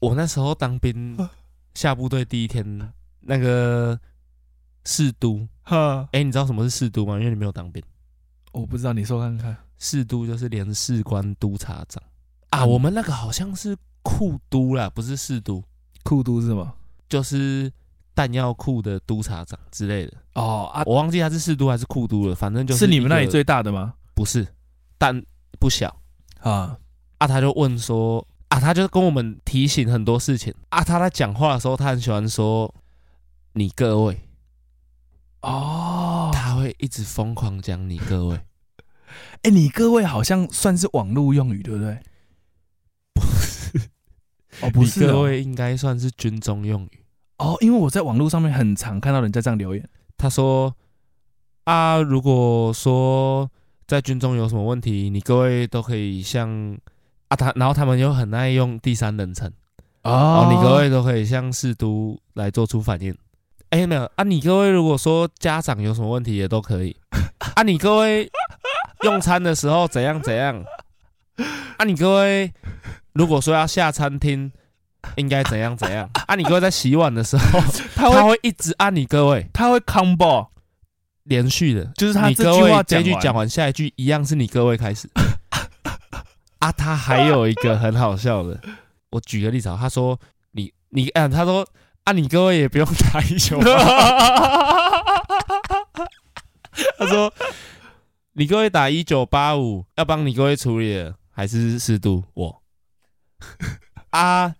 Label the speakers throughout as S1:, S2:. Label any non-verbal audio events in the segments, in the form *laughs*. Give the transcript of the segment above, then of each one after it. S1: 我那时候当兵
S2: 啊
S1: 下部队第一天，那个士都，
S2: 哈，
S1: 哎、你知道什么是士都吗？因为你没有当兵。
S2: 我不知道，你说看看。
S1: 士都就是连士官督察长啊，
S2: 嗯
S1: 我们那个好像是库督啦，不是士都，
S2: 库都是吗？
S1: 就是弹药库的督察长之类的。
S2: 哦啊，
S1: 我忘记他是士都还是库都了，反正就是
S2: 你们那
S1: 一
S2: 里
S1: 个
S2: 最大的吗？
S1: 不是，但不小
S2: 啊，
S1: 啊。他就问说啊，他就跟我们提醒很多事情啊。他在讲话的时候，他很喜欢说你各位，
S2: 哦，
S1: 他会一直疯狂讲你各位。
S2: 哎、你各位好像算是网络用语，对不对？ *laughs* 不是，哦，不是
S1: 你
S2: 哦
S1: 各位应该算是军中用语。
S2: 哦，因为我在网络上面很常看到人家这样留言。
S1: 他说啊，如果说在军中有什么问题，你各位都可以向啊他，然后他们又很爱用第三人称，哦，你各位都可以向士都来做出反应。哎，没有啊，你各位如果说家长有什么问题也都可以 *laughs* 啊，你各位用餐的时候怎样怎样啊，你各位如果说要下餐厅。应该怎样怎样啊？你各位在洗碗的时候，
S2: *laughs*
S1: 他
S2: 他会
S1: 会一直按你各位，
S2: 他会 combo，
S1: 连续的，
S2: 就是他
S1: 你
S2: 这
S1: 各
S2: 句
S1: 位
S2: 话
S1: 这一句
S2: 讲
S1: 讲
S2: 完，
S1: 完，下一句一样是你各位开
S2: *laughs*
S1: 始。啊，他还有一个很好笑的，我举个例子啊，他说你你啊，他说啊，你各位也不用打一球，
S2: *laughs*
S1: *laughs* 他说你各位打一九八五，要帮你各位处理的还是适度我 *laughs* 啊，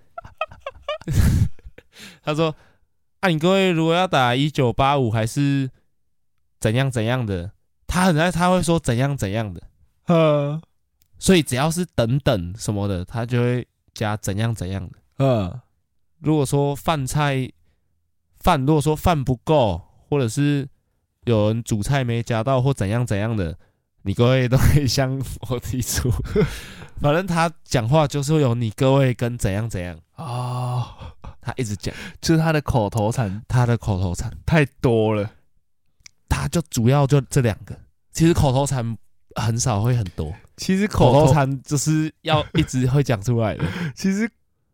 S1: *laughs* 他说啊，你各位如果要打一九八五还是怎样怎样的，他很爱他会说怎样怎样的，
S2: 嗯
S1: 所以只要是等等什么的，他就会加怎样怎样的。
S2: 嗯
S1: 如果说饭菜饭，如果说饭不够，或者是有人煮菜没夹到或怎样怎样的，你各位都可以向我提出。 *laughs* 反正他讲话就是会有你各位跟怎样怎样，
S2: 哦，
S1: 他一直讲
S2: 就是他的口头禅
S1: 他的口头禅，
S2: 太多了。
S1: 他就主要就这两个。其实口头禅很少会很多，
S2: 其实口
S1: 口头
S2: 头禅，
S1: 禅就是要一直会讲出 *laughs* 来的。
S2: 其实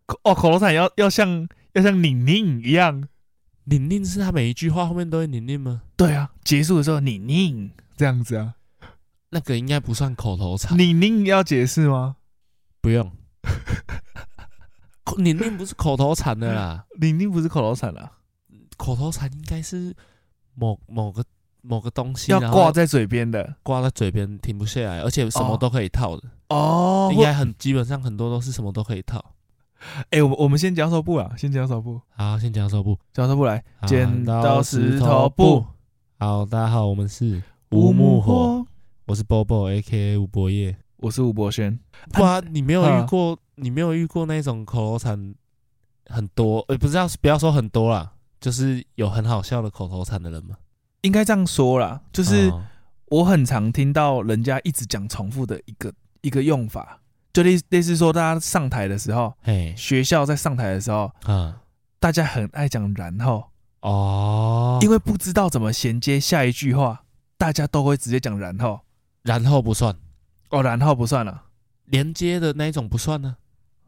S2: 口哦，口头禅要要像要像宁宁一样，
S1: 宁宁是他每一句话后面都会宁宁吗？
S2: 对啊，结束的时候宁宁这样子啊，
S1: *laughs* 那个应该不算口头禅，
S2: 宁宁要解释吗？
S1: 不用。宁宁不是口头禅的啦，
S2: 宁宁不是口头禅啊，
S1: 嗯口头禅应该是某某个某个东西，
S2: 要
S1: 然后
S2: 挂在嘴边的
S1: 挂在嘴边停不下来，而且什么
S2: 哦
S1: 都可以套的，
S2: 哦
S1: 应该很基本上很多都是什么都可以套。
S2: 哎，我们我们先讲手部啊，先讲手部，
S1: 好，先讲手部，
S2: 讲手部来，
S1: 好
S2: 剪刀石头布。
S1: 好，大家好，我们是
S2: 吴
S1: 吴
S2: 木
S1: 木
S2: 火
S1: 火，，我是 Bobo A K A 吴博业。
S2: 我是吴博轩。
S1: 不啊，你没有遇
S2: 啊
S1: 过，你没有遇过那种口头禅很多，呃，不知道不要说很多啦，就是有很好笑的口头禅的人吗？
S2: 应该这样说啦，就
S1: 就是
S2: 哦我很常听到人家一直讲重复的一个一个用法，就类类似说，大家上台的时候，
S1: 嘿
S2: 学校在上台的时候，
S1: 啊
S2: 大家很爱讲然后，
S1: 哦，
S2: 因为不知道怎么衔接下一句话，大家都会直接讲然后。
S1: 然后不算
S2: 哦，然后不算了。
S1: 连接的那一种不算呢、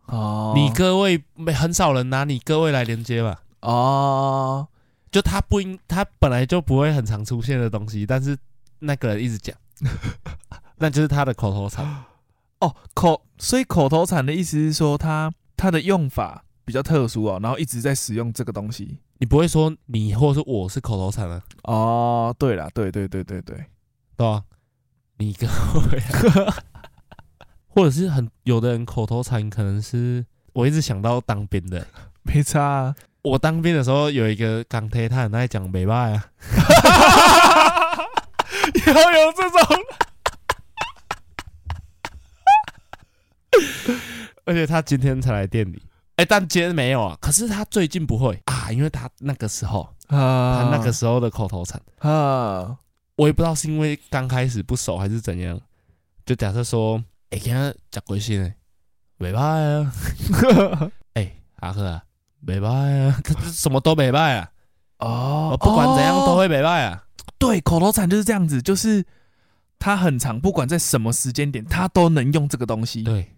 S2: 哦，
S1: 你各位没很少人拿你各位来连接吧，
S2: 哦，
S1: 就他不应他本来就不会很常出现的东西，但是那个人一直
S2: *laughs*
S1: 讲，那就是他的口头禅。
S2: 哦，口，所以口头禅的意思是说它它的用法比较特殊哦，然后一直在使用这个东西。
S1: 你不会说你或者是我是口头禅啊，
S2: 哦，对啦，对对对对对，
S1: 对啊吧、你各位啊、 *laughs* 或者是很有的人口头禅可能是我一直想到当兵的，
S2: 没差、啊。
S1: 我当兵的时候有一个港铁，他很爱讲北啊霸 *laughs* 呀，
S2: 以后有这种，
S1: *laughs* 而且他今天才来店里，哎、但今天没有啊。可是他最近不会啊，因为他那个时候，他
S2: 啊
S1: 那个时候的口头禅，
S2: *laughs* 啊，
S1: 我也不知道是因为刚开始不熟还是怎样，就假设说，哎、今天讲鬼信呢，北霸呀，哎、阿克啊，北霸 *laughs* 呀，他这什么都北霸啊，
S2: 哦
S1: 我不管怎样都
S2: 哦
S1: 会北霸啊。
S2: 对口头禅就是这样子，就是他很长，不管在什么时间点，他都能用这个东西。
S1: 对，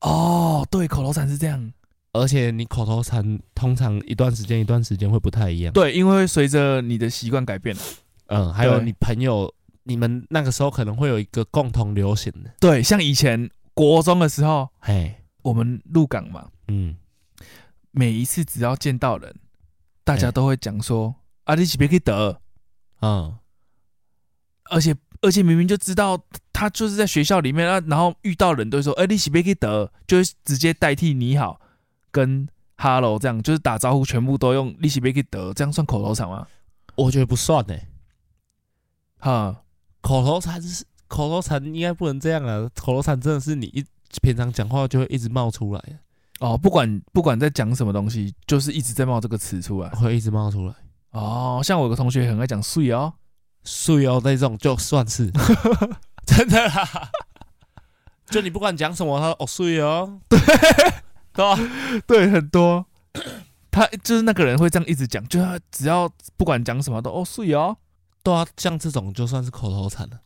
S2: 哦，对，口头禅是这样。
S1: 而且你口头禅通常一段时间一段时间会不太一样。
S2: 对，因为会随着你的习惯改变。啊
S1: 嗯，还有
S2: 对
S1: 你朋友，你们那个时候可能会有一个共同流行的，
S2: 对，像以前国中的时候，
S1: 嘿，
S2: 我们入港嘛，
S1: 嗯，
S2: 每一次只要见到人，大家
S1: 哎
S2: 都会讲说：“啊，你是别去得。
S1: 嗯，”
S2: 而且而且明明就知道他就是在学校里面啊，然后遇到人都会说：“哎、你是别去得。”就是直接代替你好跟 hello 这样，就是打招呼全部都用“你是别去得”，这样算口头禅吗？
S1: 我觉得不算欸呢、
S2: 哈，
S1: 口头禅是口头禅，应该不能这样啊。口头禅真的是你一平常讲话就会一直冒出来，
S2: 哦，不管不管在讲什么东西，就是一直在冒这个词出来。
S1: 会一直冒出来。
S2: 哦，像我有个同学很爱讲“睡”哦，
S1: 素油那种就算是真的啦， *laughs* 就你不管讲什么，他说哦素油，对吧？
S2: *laughs* 对，很多。 *coughs* 他就是那个人会这样一直讲，就他只要不管讲什么都哦睡哦
S1: 对啊，像这种就算是口头禅了。啊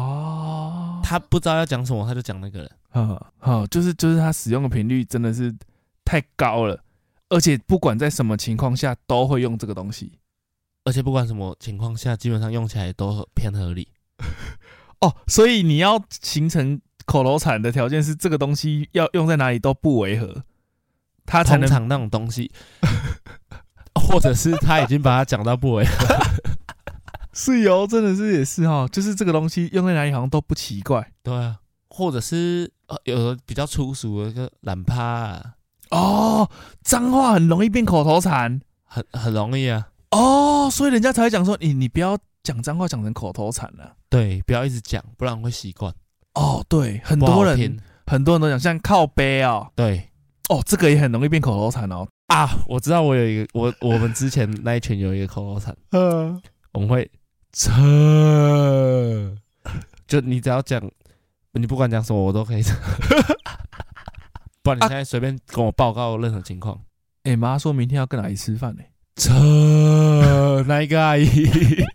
S2: 哦，
S1: 他不知道要讲什么，他就讲那个了。
S2: 啊啊，就是就是他使用的频率真的是太高了，而且不管在什么情况下都会用这个东西
S1: 而且不管什么情况下，基本上用起来都偏合理。
S2: 哦，所以你要形成口头禅的条件是这个东西要用在哪里都不违和，他才
S1: 通
S2: 能
S1: 常那种东西， *laughs* 或者是他已经把它讲到不为
S2: 是哦，真的是也是哈、哦，就是这个东西用在哪里好像都不奇怪
S1: *laughs* 对啊，或者是呃有的比较粗俗的，就懒趴、啊，
S2: 哦，脏话很容易变口头禅。
S1: 很很容易啊。
S2: 哦，所以人家才会讲说你你不要讲脏话讲成口头禅了、
S1: 对，不要一直讲，不然会习惯。
S2: 哦，对，很
S1: 不好
S2: 多人
S1: 听
S2: 很多人都讲像靠背哦，
S1: 对
S2: 哦，这个也很容易变口头禅哦。
S1: 啊，我知道我有一个，我我们之前那一群有一个口头禅，
S2: 嗯，
S1: 我们会
S2: 车
S1: 就你只要讲，你不管讲什么我都可以讲。 *laughs* 不然你现在随便跟我报告任何情况。
S2: 哎、妈说明天要跟阿姨吃饭呢、
S1: 车 *laughs* 那一个阿姨，啊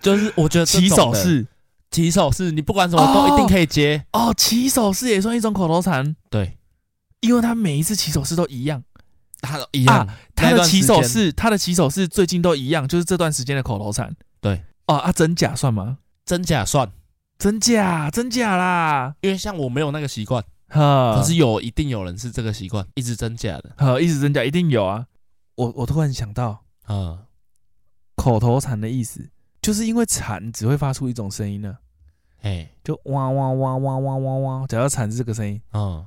S1: 就是我觉得这
S2: 起手
S1: 种的
S2: 式
S1: 起手式，你不管什么都一定可以接。
S2: 哦，起手式也算一种口头禅，
S1: 对，
S2: 因为他每一次起手式都一样，
S1: 他都啊一样。
S2: 他
S1: 那
S2: 的
S1: 段
S2: 起
S1: 时
S2: 手
S1: 间
S2: 式他的起手式最近都一样，就是这段时间的口头禅。
S1: 对，
S2: 哦啊，真假算吗？
S1: 真假算，
S2: 真假真假啦，
S1: 因为像我没有那个习惯，
S2: 哈
S1: 可是有一定有人是这个习惯，一直真假的。
S2: 呃，一直真假一定有啊。我我突然想到，
S1: 嗯，
S2: 口头禅的意思，就是因为蝉只会发出一种声音呢，
S1: 哎，
S2: 就哇哇哇哇哇哇哇，只要蝉是这个声音
S1: 嗯，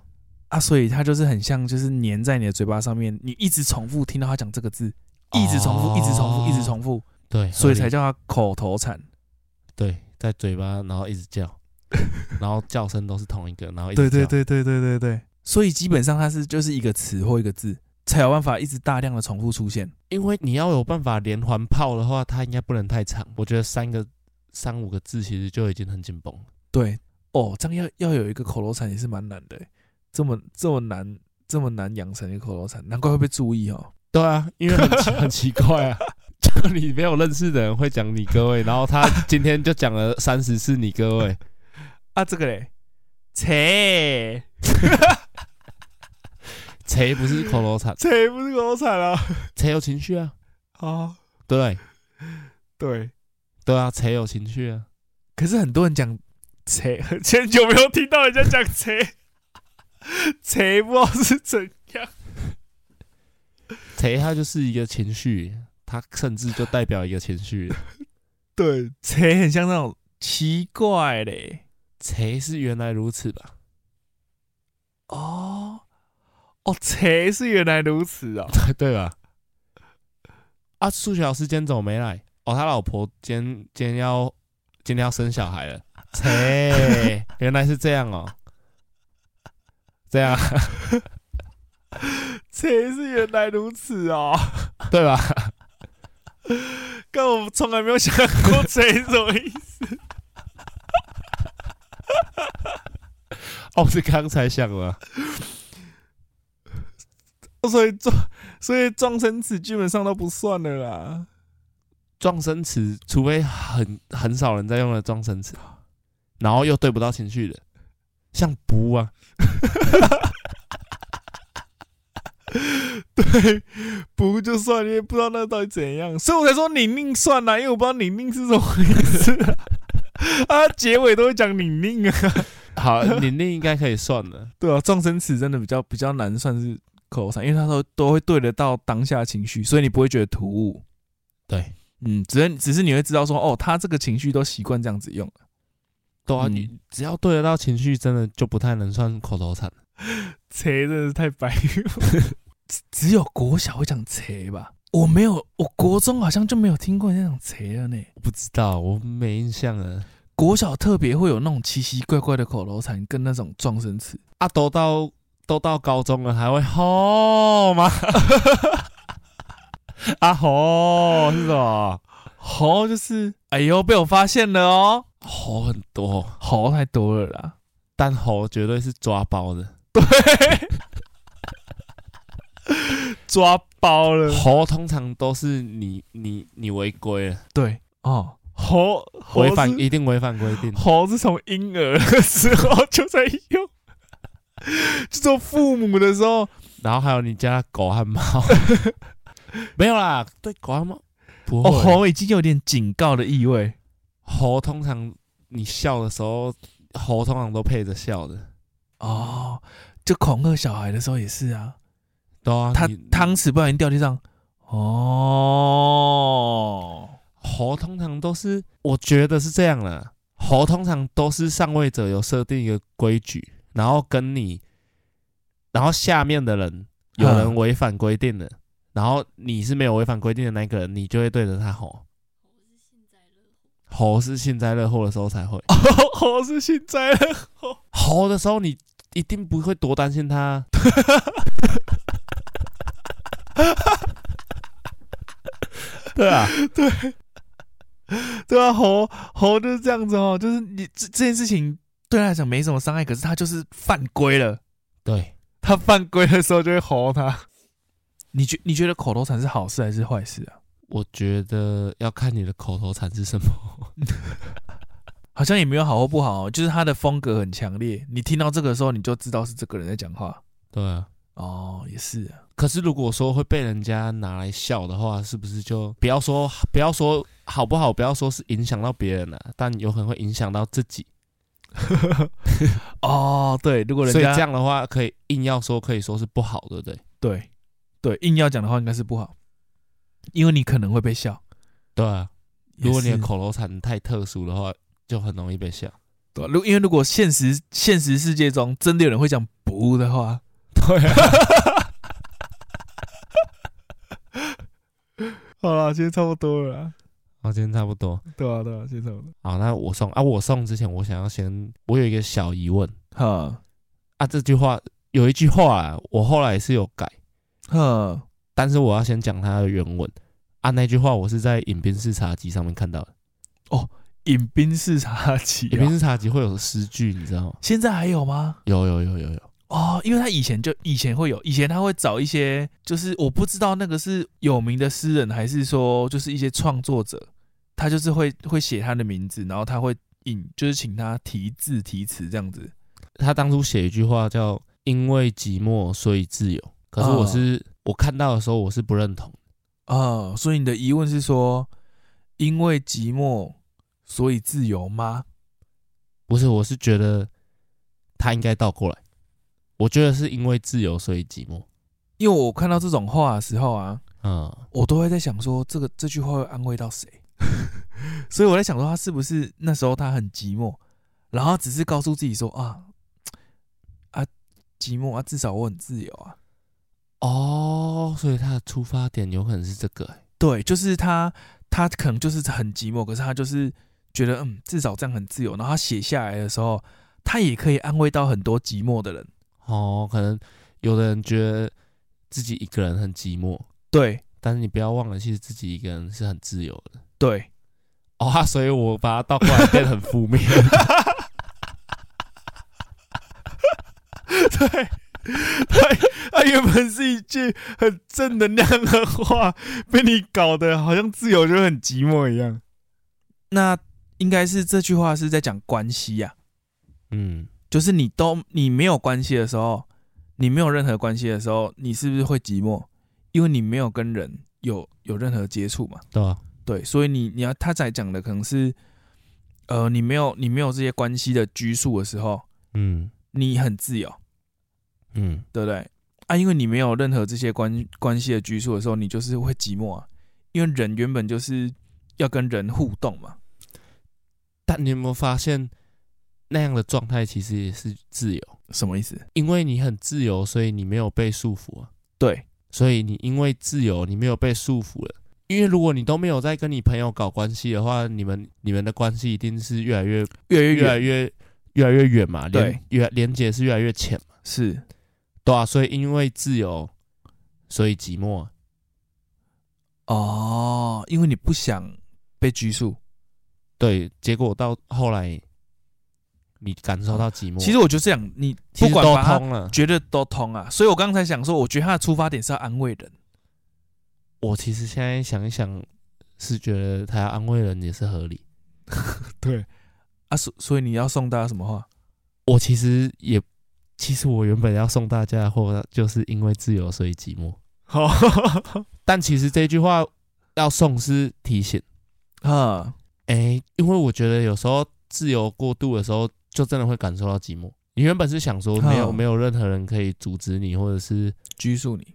S2: 啊，所以它就是很像，就是粘在你的嘴巴上面，你一直重复听到它讲这个字，一直重复，一直重复，一直
S1: 复，
S2: 重复，
S1: 对，
S2: 所以
S1: 合
S2: 才
S1: 理
S2: 叫它口头禅。
S1: 对，在嘴巴然后一直 *laughs* 叫，然后叫声都是同一个，然后一直
S2: 对对
S1: 叫，
S2: 对对对对对，所以基本上它是就是一个词或一个字，才有办法一直大量的重复出现。
S1: 因为你要有办法连环炮的话，它应该不能太长，我觉得三个三五个字其实就已经很紧绷了。
S2: 对，哦，这样要要有一个口头禅也是蛮难的欸，这么这么难这么难养成一个口头禅，难怪会被注意哦。
S1: 对啊，因 *laughs* 为很奇很奇怪啊， *laughs* 就你没有认识的人会讲你各位，然后他今天就讲 *laughs* 了三十次你各位，
S2: 啊，这个嘞，切
S1: 谁不是口头禅？
S2: 切不是口头禅啊。
S1: 谁有情绪啊？
S2: 啊，
S1: 对不对
S2: 对，
S1: 对啊，谁有情绪啊？
S2: 可是很多人讲切，很久没有听到人家讲切切，不知道是怎样。
S1: 谁他就是一个情绪，他甚至就代表一个情绪。
S2: 对，切很像那种奇怪嘞。
S1: 谁是原来如此吧？
S2: 哦哦，切是原来如此啊、哦。
S1: *laughs* 对吧？啊，数学老师今天怎么没来？哦，他老婆今天今天要今天要生小 *laughs* 孩了。切，原来是这样哦。这 *laughs* 样啊
S2: 切是原来如此啊、哦。
S1: 对吧？
S2: 但我从来没有想过这一种意思。
S1: 哦，是刚才想的。
S2: *laughs* 所以撞，所以撞生词基本上都不算了啦。 *laughs*
S1: 撞声词，除非很很少人在用的撞声词，然后又对不到情绪的，像不啊，
S2: 对，不就算，因为不知道那到底怎样，所以我才说你宁算啦，因为我不知道你宁是什么意思 *laughs* 啊。啊，结尾都会讲你宁啊，
S1: *laughs* 好，你那应该可以算了。
S2: 对啊，撞生词真的比较比较难算是口头禅，因为他都都会对得到当下情绪，所以你不会觉得突兀。
S1: 对，
S2: 嗯，只能只是你会知道说，哦，他这个情绪都习惯这样子用了。
S1: 对啊，
S2: 嗯
S1: 你只要对得到情绪，真的就不太能算口头禅。
S2: 切真的是太白了， *laughs* 只只有国小会讲切吧，我没有，我国中好像就没有听过人家讲切了呢。
S1: 我不知道，我没印象了。
S2: 国小特别会有那种奇奇怪怪的口头禅跟那种撞声词，
S1: 啊，都到都到高中了，还
S2: 哎
S1: 会吼
S2: *laughs*
S1: 吗？啊吼是什么？
S2: 吼就是哎呦被我发现了哦，
S1: 吼很多，
S2: 吼太多了啦。
S1: 但吼绝对是抓包的。
S2: *laughs* 抓包了。
S1: 吼通常都是你你你违规了，
S2: 对，哦，猴
S1: 违反一定违反规定。
S2: 猴是从婴儿的时候就在用， *laughs* 就做父母的时候，
S1: 然后还有你家的狗
S2: *laughs*
S1: 和猫，没有啦，对狗和猫不会。
S2: 哦，猴已经有点警告的意味。
S1: 吼通常你笑的时候，吼通常都配着笑的。
S2: 哦，就恐吓小孩的时候也是啊，
S1: 对啊，
S2: 他
S1: 你
S2: 汤匙不小心掉地上，哦，
S1: 猴通常都是，我觉得是这样的。猴通常都是上位者有设定一个规矩，然后跟你，然后下面的人有人违反规定的，然后你是没有违反规定的那个人，你就会对着他吼。猴是幸灾乐祸的时候才会，
S2: *laughs* 猴是幸灾乐祸。
S1: 猴的时候你一定不会多担心他。对
S2: *laughs*
S1: 啊，
S2: 对啊，猴猴就是这样子哦，就是你这这件事情对他来讲没什么伤害，可是他就是犯规了。
S1: 对，
S2: 他犯规的时候就会吼他。你觉你觉得口头禅是好事还是坏事啊？
S1: 我觉得要看你的口头禅是什么。
S2: 好像也没有好或不好哦，就是他的风格很强烈。你听到这个的时候，你就知道是这个人在讲话。
S1: 对啊，
S2: 哦，也是啊，
S1: 可是如果说会被人家拿来笑的话，是不是就不要说不要说好不好？不要说是影响到别人了、但有可能会影响到自己。
S2: 哦，对，如果人
S1: 所以
S2: 家
S1: 这样的话，可以硬要说可以说是不好，对不对？
S2: 对对硬要讲的话，应该是不好，因为你可能会被笑。
S1: 对啊，如果你
S2: 也
S1: 的
S2: 是
S1: 口头禅太特殊的话，就很容易被笑。
S2: 对啊如因为如果现实现实世界中真的有人会讲不的话，
S1: 对啊，
S2: *laughs* 好了，今天差不多了啦，
S1: 好，哦今天差不多。
S2: 对啊对啊，今天差不多。
S1: 好，那我送啊，我送之前，我想要先，我有一个小疑问
S2: 哈
S1: 啊，这句话有一句话啊，我后来也是有改。
S2: 哈，
S1: 但是我要先讲它的原文啊，那句话我是在饮冰式茶几上面看到的。
S2: 饮冰式茶几
S1: 饮
S2: 啊、
S1: 冰式茶几会有诗句，你知道吗？
S2: 现在还有吗？
S1: 有有有有有，
S2: 哦，因为他以前就以前会有，以前他会找一些，就是我不知道那个是有名的诗人，还是说就是一些创作者，他就是会会写他的名字，然后他会引，就是请他题字题词这样子。
S1: 他当初写一句话叫“因为寂寞所以自由”，可是我是、我看到的时候我是不认同，
S2: 哦，所以你的疑问是说，因为寂寞所以自由吗？
S1: 不是，我是觉得他应该倒过来，我觉得是因为自由所以寂寞。
S2: 因为我看到这种话的时候啊，
S1: 嗯，
S2: 我都会在想说，这个这句话会安慰到谁？ *laughs* 所以我在想说，他是不是那时候他很寂寞，然后只是告诉自己说啊啊寂寞啊，至少我很自由啊。
S1: 哦，所以他的出发点有可能是这个、欸
S2: 对，就是他他可能就是很寂寞，可是他就是觉得嗯，至少这样很自由。然后他写下来的时候，他也可以安慰到很多寂寞的人。
S1: 哦，可能有的人觉得自己一个人很寂寞，
S2: 对
S1: 但是你不要忘了，其实自己一个人是很自由的。
S2: 对，
S1: 哦、啊，所以我把它倒过来变得很负面。
S2: *laughs* 他原本是一句很正能量的话，被你搞得好像自由就很寂寞一样。那应该是这句话是在讲关系呀、啊
S1: 嗯，
S2: 就是你都你没有关系的时候，你没有任何关系的时候，你是不是会寂寞？因为你没有跟人有有任何接触嘛。
S1: 对啊吧？
S2: 对，所以你你要他在讲的可能是，呃，你没有你没有这些关系的拘束的时候，
S1: 嗯
S2: 你很自由，
S1: 嗯，
S2: 对不对？啊，因为你没有任何这些关关系的拘束的时候，你就是会寂寞啊。因为人原本就是要跟人互动嘛，
S1: 但你有没有发现那样的状态其实也是自由？
S2: 什么意思？
S1: 因为你很自由，所以你没有被束缚啊。
S2: 对，
S1: 所以你因为自由，你没有被束缚了。因为如果你都没有在跟你朋友搞关系的话，你们你们的关系一定是越来越
S2: 越
S1: 越来
S2: 来越
S1: 越越来越远嘛，
S2: 对
S1: 连越连接是越来越浅嘛，
S2: 是
S1: 对啊，所以因为自由，所以寂寞啊、
S2: 哦，因为你不想被拘束。
S1: 对，结果到后来你感受到寂寞，
S2: 其实我觉得这样，你
S1: 其
S2: 不
S1: 实
S2: 管
S1: 都
S2: 把它
S1: 通啊了。
S2: 觉得都通啊。所以我刚才想说，我觉得他的出发点是要安慰人。
S1: 我其实现在想一想，是觉得他要安慰人也是合理。
S2: 对啊，所所以你要送大家什么话？
S1: 我其实也，其实我原本要送大家的话，就是因为自由所以寂寞。
S2: 好
S1: 但其实这句话要送是提醒，
S2: 啊，
S1: 哎、因为我觉得有时候自由过度的时候，就真的会感受到寂寞。你原本是想说没有
S2: 哦
S1: 没有任何人可以阻止你，或者是
S2: 拘束你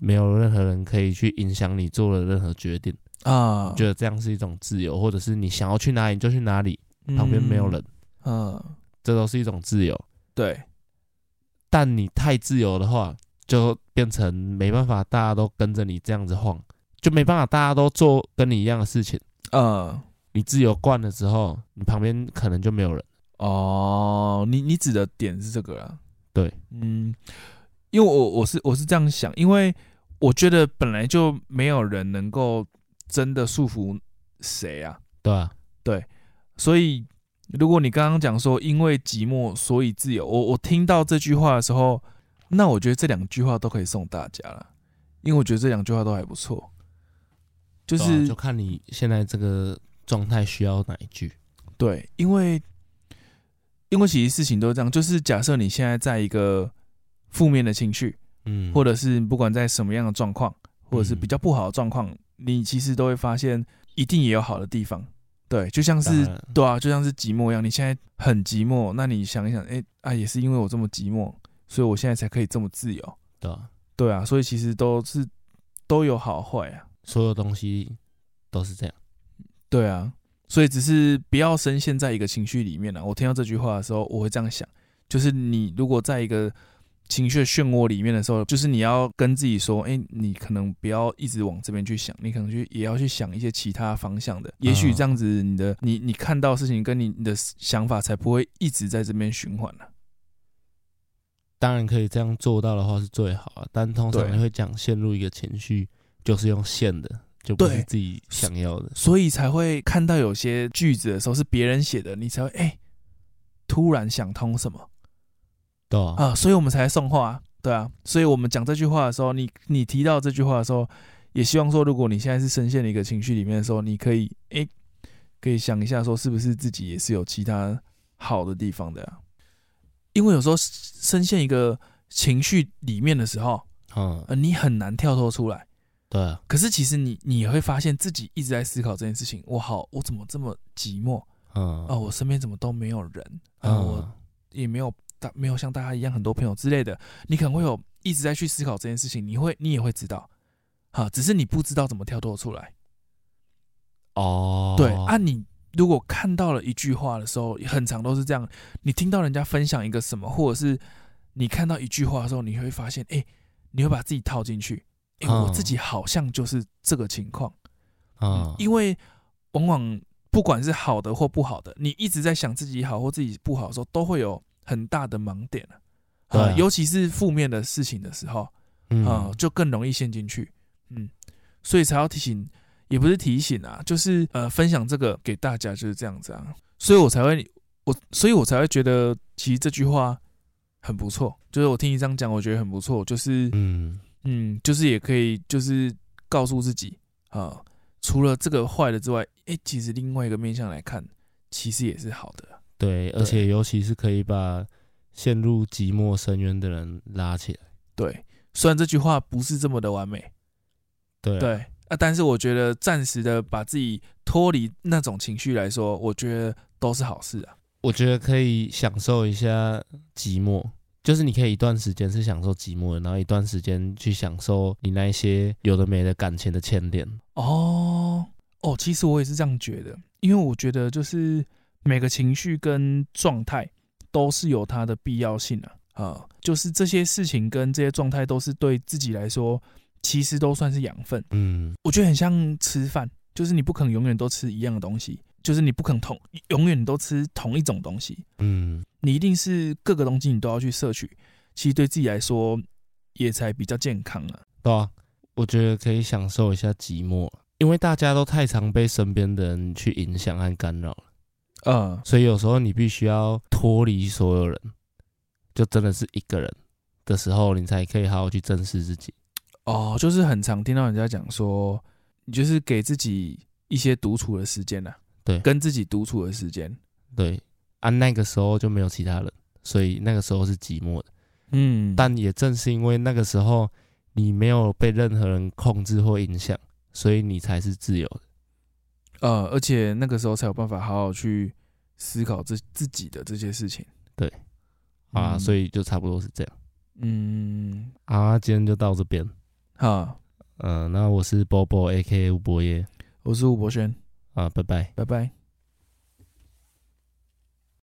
S1: 没有任何人可以去影响你做的任何决定，
S2: 啊，
S1: 觉得这样是一种自由，或者是你想要去哪里你就去哪里，
S2: 嗯
S1: 旁边没有人，。
S2: 嗯，
S1: 这都是一种自由。
S2: 对，
S1: 但你太自由的话，就变成没办法，大家都跟着你这样子晃，就没办法，大家都做跟你一样的事情。
S2: 嗯，
S1: 你自由惯了之后，你旁边可能就没有人。
S2: 哦，你你指的点是这个啊？
S1: 对，
S2: 嗯，因为我我是我是这样想，因为我觉得本来就没有人能够真的束缚谁啊，
S1: 对吧、
S2: 所以如果你刚刚讲说因为寂寞所以自由，我我听到这句话的时候，那我觉得这两句话都可以送大家了，因为我觉得这两句话都还不错，就、
S1: 就是啊就看你现在这个状态需要哪一句。
S2: 对，因为因为其实事情都是这样，就是假设你现在在一个负面的情绪，
S1: 嗯，
S2: 或
S1: 者
S2: 者是不管在什么样的状况，或者是比较不好的状况，你其实都会发现一定也有好的地方。对，就像是对啊，就像是寂寞一样，你现在很寂寞，那你想一想，哎、啊，也是因为我这么寂寞，所以我现在才可以这么自由。
S1: 对、啊，
S2: 对啊，所以其实都是都有好坏啊。
S1: 所有东西都是这样。
S2: 对啊，所以只是不要深陷在一个情绪里面了。啊我听到这句话的时候，我会这样想：，就是你如果在一个情绪的漩涡里面的时候，就是你要跟自己说，哎、你可能不要一直往这边去想，你可能去也要去想一些其他方向的。也许这样子，你的你你看到事情跟你你的想法才不会一直在这边循环了、啊
S1: 当然可以这样做到的话是最好啊，但通常
S2: 对
S1: 你会讲陷入一个情绪，就是用陷的，就不
S2: 对
S1: 是自己想要的。
S2: 所以才会看到有些句子的时候是别人写的，你才会哎、诶突然想通什么。
S1: 对啊，
S2: 啊，所以我们才送话、对啊。所以我们讲这句话的时候，你你提到这句话的时候，也希望说，如果你现在是深陷了一个情绪里面的时候，你可以诶、可以想一下说，是不是自己也是有其他好的地方的、啊？因为有时候深陷一个情绪里面的时候，
S1: 嗯，
S2: 呃，你很难跳脱出来。
S1: 对啊，
S2: 可是其实你你也会发现自己一直在思考这件事情，我好，我怎么这么寂寞
S1: 嗯，
S2: 啊？我身边怎么都没有人啊？我
S1: 嗯，
S2: 也没有大没有像大家一样很多朋友之类的，你可能会有一直在去思考这件事情，你会你也会知道，好，只是你不知道怎么跳脱出来。
S1: 哦，
S2: 对啊，你如果看到了一句话的时候，很长都是这样，你听到人家分享一个什么，或者是你看到一句话的时候，你会发现，哎、你会把自己套进去，哎、
S1: 嗯
S2: 我自己好像就是这个情况。
S1: 嗯，
S2: 因为往往不管是好的或不好的，你一直在想自己好或自己不好的时候，都会有很大的盲点啊
S1: 对啊
S2: 呃尤其是负面的事情的时候，
S1: 嗯
S2: 啊、就更容易陷进去。嗯，所以才要提醒，也不是提醒啊，就是呃，分享这个给大家就是这样子啊。所以我才会，我所以我才会觉得，其实这句话很不错。就是我听你这样讲，我觉得很不错。就是
S1: 嗯，
S2: 嗯，就是也可以，就是告诉自己啊、除了这个坏的之外，诶、其实另外一个面向来看，其实也是好的。
S1: 对，而且尤其是可以把陷入寂寞深渊的人拉起来，
S2: 对，虽然这句话不是这么的完美，
S1: 对啊
S2: 对啊，但是我觉得暂时的把自己脱离那种情绪来说，我觉得都是好事啊。
S1: 我觉得可以享受一下寂寞，就是你可以一段时间是享受寂寞的，然后一段时间去享受你那一些有的没的感情的牵连。
S2: 哦哦，其实我也是这样觉得，因为我觉得就是每个情绪跟状态都是有它的必要性啊。啊、就是这些事情跟这些状态都是对自己来说，其实都算是养分。
S1: 嗯，
S2: 我觉得很像吃饭，就是你不可能永远都吃一样的东西，就是你不可能同永远都吃同一种东西，
S1: 嗯，
S2: 你一定是各个东西你都要去摄取，其实对自己来说也才比较健康啊。
S1: 对啊，我觉得可以享受一下寂寞，因为大家都太常被身边的人去影响和干扰了，
S2: 嗯，
S1: 所以有时候你必须要脱离所有人，就真的是一个人的时候，你才可以好好去正视自己。
S2: 哦，就是很常听到人家讲说，你就是给自己一些独处的时间呐、啊，
S1: 对
S2: 跟自己独处的时间。
S1: 对，啊，那个时候就没有其他人，所以那个时候是寂寞的。
S2: 嗯，
S1: 但也正是因为那个时候你没有被任何人控制或影响，所以你才是自由的。
S2: 呃，而且那个时候才有办法好好去思考这自己的这些事情。
S1: 对，啊，
S2: 嗯
S1: 所以就差不多是这样
S2: 嗯，
S1: 啊。今天就到这边，呃
S2: 好。
S1: 嗯、那我是 Bobo A K A 吴博业
S2: 我是吴博轩，
S1: 啊，拜拜。
S2: 拜拜。